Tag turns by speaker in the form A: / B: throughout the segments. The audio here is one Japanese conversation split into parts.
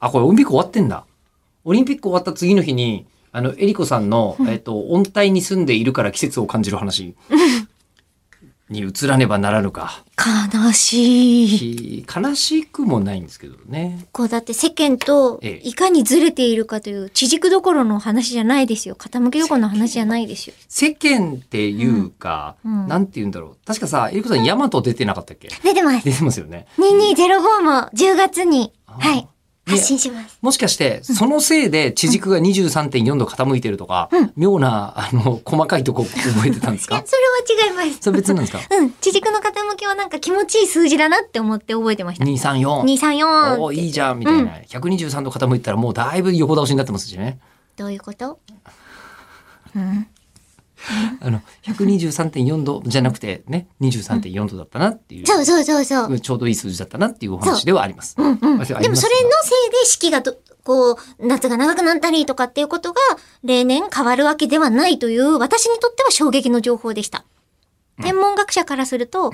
A: あ、これオリンピック終わってんだ。オリンピック終わった次の日に、あの、エリコさんの、えっと、温帯に住んでいるから季節を感じる 話に移らねばならぬか。
B: 悲しい。
A: ひ悲しくもないんですけどね。
B: こうだって世間と
A: ええ
B: いかにずれているかという、地軸どころの話じゃないですよ。傾きどころの話じゃないですよ。
A: 世間っていうか、
B: うんうん
A: なんて言うんだろう。確かさ、エリコさん、ヤマト出てなかったっけ
B: 出てます。
A: 出てますよね。
B: 2205も10月に、
A: あ
B: はい、
A: で
B: 発信します。
A: もしかして、そのせいで地軸が23.4度傾いてるとか、
B: うん
A: 妙な、あの、細かいとこ覚えてたんです
B: いや
A: か、
B: それは違います。
A: それ別なんですか
B: うん、地軸の傾きはなんか気持ちいい数字だなって思って覚えてました。
A: ?234。
B: 234。
A: おおいいじゃんみたいな。123度傾いたらもうだいぶ横倒しになってますしね。
B: どういうことうん。
A: あの、123.4度じゃなくてね、23.4度だったなっていう。
B: そうそうそうそう。
A: ちょうどいい数字だったなっていうお話ではあります。
B: うんうん。でも
A: あ
B: そ
A: り
B: れ
A: ます
B: のせいで四季がど、こう、夏が長くなったりとかっていうことが、例年変わるわけではないという、私にとっては衝撃の情報でした。天文学者からすると、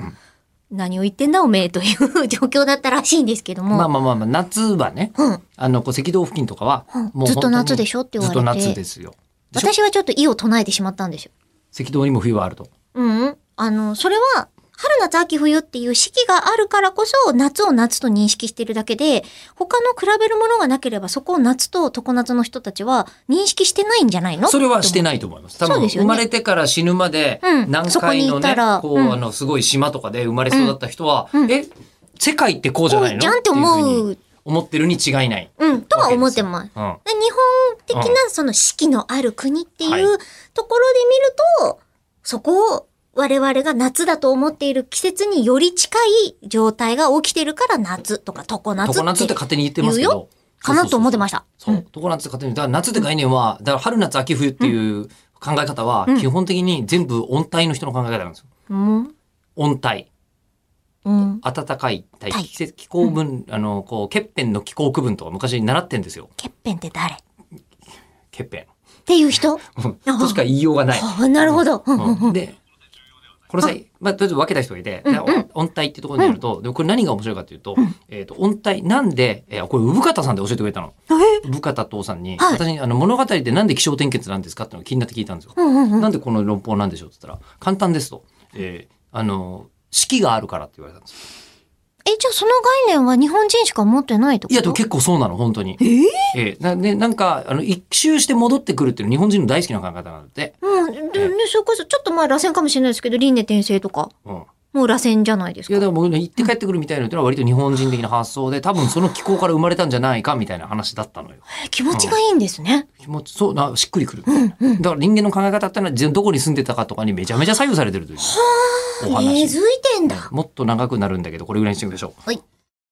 B: 何を言ってんだおめえという状況だったらしいんですけども。
A: まあまあまあまあ、夏はね、
B: うん。
A: あの、こう赤道付近とかは
B: うん、
A: もう
B: ずっと夏で
A: ょ
B: しょって言わ
A: ずっと
B: れて。
A: 夏ですよ。でしょ
B: 私はちょっと意を唱えてしまったんですよ。
A: 赤道にも冬はあると。
B: うん。あの、それは、春夏秋冬っていう四季があるからこそ、夏を夏と認識してるだけで、他の比べるものがなければ、そこを夏と常夏の人たちは認識してないんじゃないの
A: それはして
B: い。
A: ないと思います。多
B: そう
A: 分、
B: ですよ
A: 生
B: ね
A: まれてから死ぬまで
B: う、ん
A: 何
B: そこ
A: 回
B: に
A: の
B: い
A: ね
B: た、ら
A: こう、
B: うん
A: あの、すごい島とかで生まれ育った人は、
B: うんうん
A: え、世界ってこうじゃないの
B: こうじゃんって思う
A: ていふに思ってるに違いない。
B: うん、とは思ってます。
A: うん。
B: で日本的なその四季のある国って
A: はい
B: いうところで見ると、そこを我々が夏だと思っている季節により近い状態が起きてるから夏とか常夏
A: 常夏
B: っ
A: って
B: て
A: 勝手に言ってますけ
B: 言う
A: ど。
B: かなと思ってま
A: し
B: した。
A: そう。常夏って勝手に。だから夏って概念は、だから春夏秋冬っていう考え方は
B: うん、
A: 基本的に全部温帯の人の考え方なんですよ。
B: うん。
A: 温帯。
B: うん。
A: 暖かい帯。
B: はい
A: 季節、気候分、あの、こう、欠片の気候区分とか昔習ってんですよ。
B: 欠片って誰っ
A: 欠片。
B: ていう人
A: うん としか言いようがない。
B: あなるほど。うんうんうん
A: で、この際、まあ、とりあえず分けた人がいて、
B: うん
A: で音音帯ってところになると、でこれ何が面白いかというと、えっと、音帯、なんで、えーこれ、産方さんで教えてくれたの。産方父さんに、
B: はい
A: 私に、あの、物語ってなんで気象転結なんですかってのが気になって聞いたんですよ。
B: うんうんうん
A: なんでこの論法なんでしょうって言ったら、簡単ですと。えーあの、四季があるからって言われたんですよ。
B: え、じゃあその概念は日本人しか持ってないってこと
A: いや、でも結構そうなの、本当に。
B: えー
A: えーなでなんか、あの、一周して戻ってくるっていうの日本人の大好きな考え方なんで、
B: うん。で、でそれこそちょっとまあ螺旋かもしれないですけど、輪廻転生とか、
A: うん。
B: もう螺旋じゃないです
A: いや
B: か。
A: でも僕ね行って帰ってくるみたいなのってのは割と日本人的な発想で多分その気候から生まれたんじゃないかみたいな話だったのよ。
B: え気持ちがいいんですね。
A: 気持ちそうなしっくりくる。だから人間の考え方ってのはじどこに住んでたかとかにめちゃめちゃ左右されてるというお
B: 根付
A: 話。
B: いてんだ。
A: もっと長くなるんだけどこれぐらいにしてみましょう。
B: はい